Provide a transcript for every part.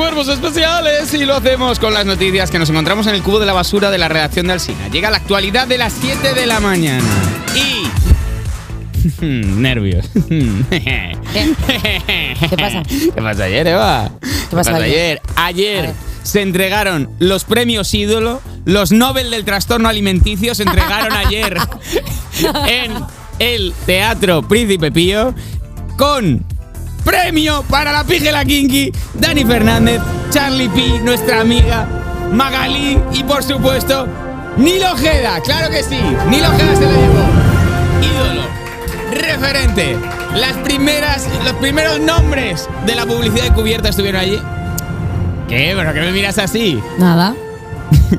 somos especiales y lo hacemos con las noticias que nos encontramos en el cubo de la basura de la redacción de Alsina. Llega la actualidad de las 7 de la mañana. Y. Nervios. ¿Qué pasa? ¿Qué pasó ayer, Eva? ¿Qué pasó ayer? ayer? Ayer ver. se entregaron los premios ídolo, los Nobel del trastorno alimenticio se entregaron ayer en el Teatro Príncipe Pío con premio para la pígela Kinky, Dani Fernández, Charlie P, nuestra amiga, Magali y por supuesto Nilo Ojeda, claro que sí, Nilo Ojeda se lo llevó. Ídolo referente. Las primeras, los primeros nombres de la publicidad de cubierta estuvieron allí. ¿Qué? ¿Pero qué me miras así? Nada. ¿Qué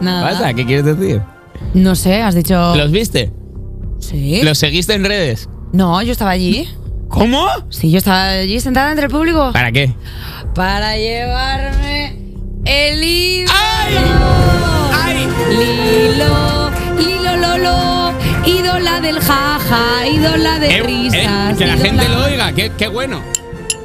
Nada. pasa? ¿Qué quieres decir? No sé, has dicho. ¿Los viste? Sí. ¿Los seguiste en redes? No, yo estaba allí. ¿Cómo? Sí, yo estaba allí sentada entre el público. ¿Para qué? Para llevarme el hilo. ¡Ay! ¡Ay! Lilo, Lilo Lolo, ídola del jaja, ídola de Eh, risas. eh, que la ídola- gente lo oiga, qué, qué bueno.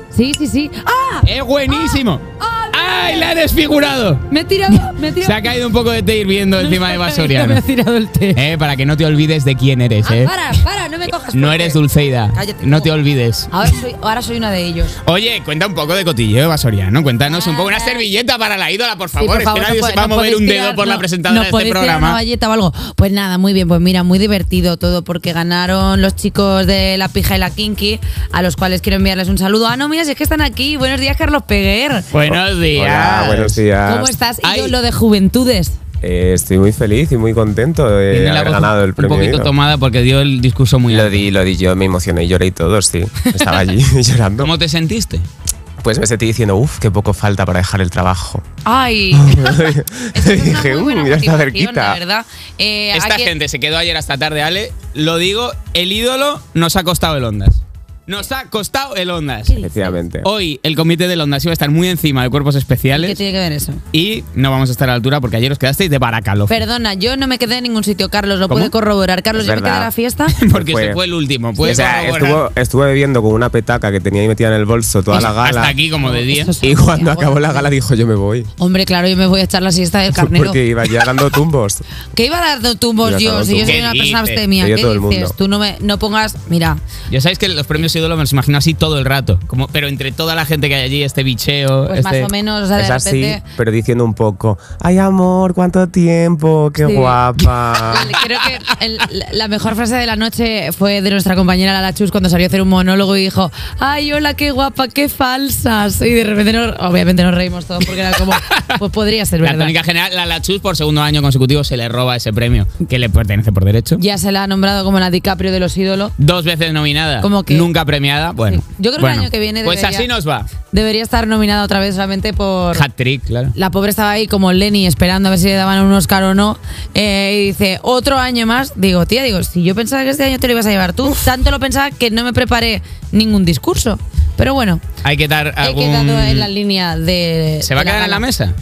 Sí, sí, sí. ¡Ah! ¡Es buenísimo! Ah, ah, ¡Ay, la he desfigurado! Me he tirado, me he tirado. Se ha caído un poco de té hirviendo encima de Me Basoriano. ha tirado el té. Eh, para que no te olvides de quién eres, Ah, eh. para, para, no me cojas. No fuerte. eres Dulceida. Cállate, No no. te olvides. Ahora soy, ahora soy una de ellos. Oye, cuenta un poco de cotilleo, Basoriano. Cuéntanos un poco. Una Ah. servilleta para la ídola, por Sí, favor. por favor, es que nadie no se va a po- no mover podéis un dedo tirar- por la no- presentadora no de este podéis tirar una programa. galleta o algo. Pues nada, muy bien, pues mira, muy divertido todo porque ganaron los chicos de La Pija y La Kinky, a los cuales quiero enviarles un saludo. Ah, no, mira, si es que están aquí. Buenos días, Carlos Peguer. Buenos días. Hola, buenos días. ¿Cómo estás? Ay. Ídolo de juventudes. Eh, estoy muy feliz y muy contento de Tiene la haber voz Eh, ganado el premio. Un poquito Ivor. tomada porque dio el discurso muy Lo alto. di, lo di yo, me emocioné, lloré y todo, sí. Estaba allí llorando. ¿Cómo te sentiste? Eh, Pues me sentí diciendo, uff, qué poco falta para dejar el trabajo. Ay, eso es una Dije, muy "Uh, buena ya está motivación, cerquita. de verdad. Eh, Esta hay que- gente se quedó ayer hasta tarde, Ale. Lo digo, el ídolo nos ha costado el Ondas. Nos ha costado el Ondas. Efectivamente. Hoy el comité del Ondas iba a estar muy encima de cuerpos ¿Qué especiales tiene que ver eso? y no vamos a estar a la altura porque ayer os quedasteis de baracalo. Perdona, yo no me quedé en ningún sitio, Carlos, lo ¿Cómo? puede corroborar. Carlos, Es yo me quedé verdad. en la fiesta. Porque Fue- se fue el último. Puedes o sea, corroborar. estuvo, estuve bebiendo con una petaca que tenía ahí metida en el bolso toda la gala. Pues Hasta aquí como de día. Eso es- Y cuando acabó la Hombre, gala dijo, yo me voy. Hombre, claro, yo me voy a echar la siesta del carnero. Porque iba ya dando tumbos. Que iba a dar tumbos Ibas a yo, dar si yo tumbos. soy una ¿Qué persona dices? abstemia. Que ¿Qué yo todo el dices? mundo. Tú no, me, no pongas. Mira, Ya sabéis que los premios ídolo me los imagino así todo el rato. Como, pero entre toda la gente que hay allí, este bicheo. pues este- más o menos, o sea, es de así, repente. pero diciendo un poco, ay amor, cuánto tiempo, qué Sí. guapa. Creo que el- la- la mejor frase de la noche fue de nuestra compañera Lala Chus cuando salió a hacer un monólogo y dijo: ¡Ay, hola, qué guapa, qué falsas! Y de repente, nos- obviamente, nos reímos todos porque era como: Pues podría ser La verdad. tónica general, la Lachus por segundo año consecutivo se le roba ese premio que le pertenece por derecho. Ya se la ha nombrado como la DiCaprio de los ídolos. Dos veces nominada, Como que- nunca premiada. Bueno, Sí. Yo creo que el bueno, año que viene Pues debería- así nos va. Debería estar nominada otra vez solamente por. Hat trick, claro. La pobre estaba ahí como Lenny esperando a ver si le daban un Oscar o no. Eh, y dice, otro año más. Digo, tía, digo, si yo pensaba que este año te lo ibas a llevar tú, tanto lo pensaba que no me preparé ningún discurso. Pero bueno, Hay que dar algún. he quedado en la línea de. ¿Se va a de quedar en la gala. mesa?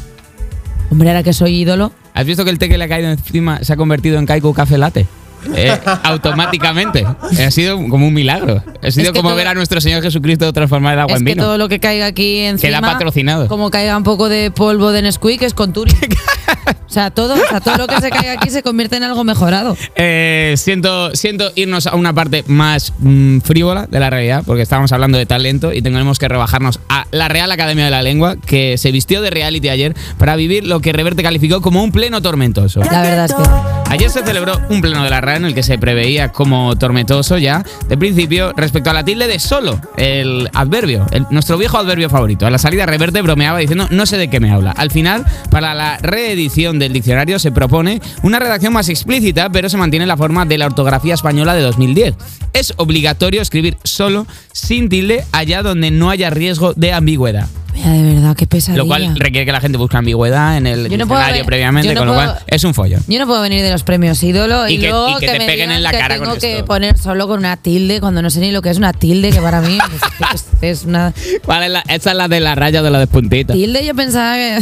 Hombre, ahora que soy ídolo. ¿Has visto que el té que le ha caído encima se ha convertido en Kaiku Café Latte? Eh, automáticamente. Ha sido como un milagro. Ha sido que como todo- ver a nuestro Señor Jesucristo transformar el agua Es en que vino. todo lo que caiga aquí encima. patrocinado. Como caiga un poco de polvo de Nesquik, es con Turi. O sea, todo, o sea, todo lo que se caiga aquí se convierte en algo mejorado. Eh, siento, siento irnos a una parte más mm, frívola de la realidad, porque estábamos hablando de talento y tenemos que rebajarnos a la Real Academia de la Lengua, que se vistió de reality ayer para vivir lo que Reverte calificó como un pleno tormentoso. La verdad es que. Ayer se celebró un pleno de la RAE en el que se preveía como tormentoso ya, de principio, respecto a la tilde de solo, el adverbio, el- nuestro viejo adverbio favorito. A la salida Reverte bromeaba diciendo no sé de qué me habla. Al final, para la reedición del diccionario se propone una redacción más explícita, pero se mantiene la forma de la ortografía española de 2010. Es obligatorio escribir solo, sin tilde, allá donde no haya riesgo de ambigüedad. Mira, de verdad, qué pesadilla. Lo cual requiere que la gente busque ambigüedad en el Yo no puedo diccionario ver- previamente, yo no con lo puedo- cual es un follón. Yo no puedo venir de los premios ídolo y, Y que- luego y que te me peguen digan en la que cara con tengo que esto. poner solo con una tilde cuando no sé ni lo que es una tilde que para mí pues, es, es una ¿Cuál es la- esa es la de la raya de la despuntita. tilde yo pensaba que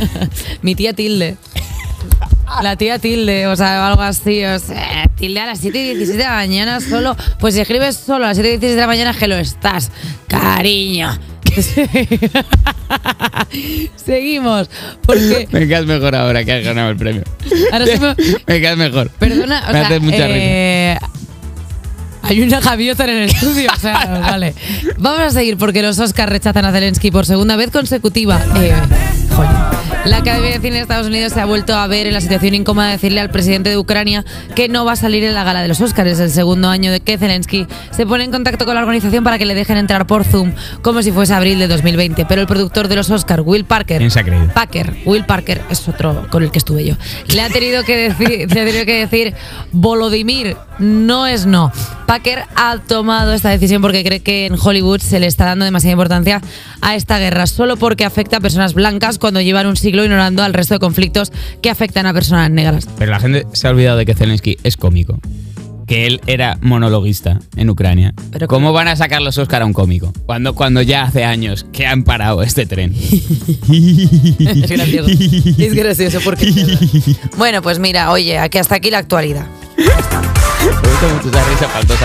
mi tía tilde la tía tilde, o sea, algo así, o sea, tilde a las 7 y 17 de la mañana solo, pues si escribes solo a las 7 y 17 de la mañana es que lo estás, cariño, Seguimos. Porque. Me quedas mejor ahora que has ganado el premio. Ahora sí me- Me quedas mejor. Perdona, o Me sea, haces mucha risa. eh, Hay una gaviota en el estudio, o sea, vale. Vamos a seguir porque los Oscars rechazan a Zelensky por segunda vez consecutiva. Eh, joder. la Academia de Cine de Estados Unidos se ha vuelto a ver en la situación incómoda de decirle al presidente de Ucrania que no va a salir en la gala de los Oscars. Es el segundo año de que Zelensky se pone en contacto con la organización para que le dejen entrar por Zoom, como si fuese abril de 2020. Pero el productor de los Oscars, Will Parker, ¿Quién se ha creído? Parker, Will Parker es otro con el que estuve yo. Le ha tenido que decir, le ha tenido que decir, Volodymyr, no es no. Parker ha tomado esta decisión porque cree que en Hollywood se le está dando demasiada importancia a esta guerra, solo porque afecta a personas blancas cuando llevan un siglo ignorando al resto de conflictos que afectan a personas negras. Pero la gente se ha olvidado de que Zelensky es cómico. Que él era monologuista en Ucrania. Pero ¿Cómo van a sacar los Oscar a un cómico? Cuando, cuando ya hace años que han parado este tren. Es gracioso. Es gracioso porque. Bueno, pues mira, oye, aquí hasta aquí la actualidad. Me gusta mucho esa risa faltosa.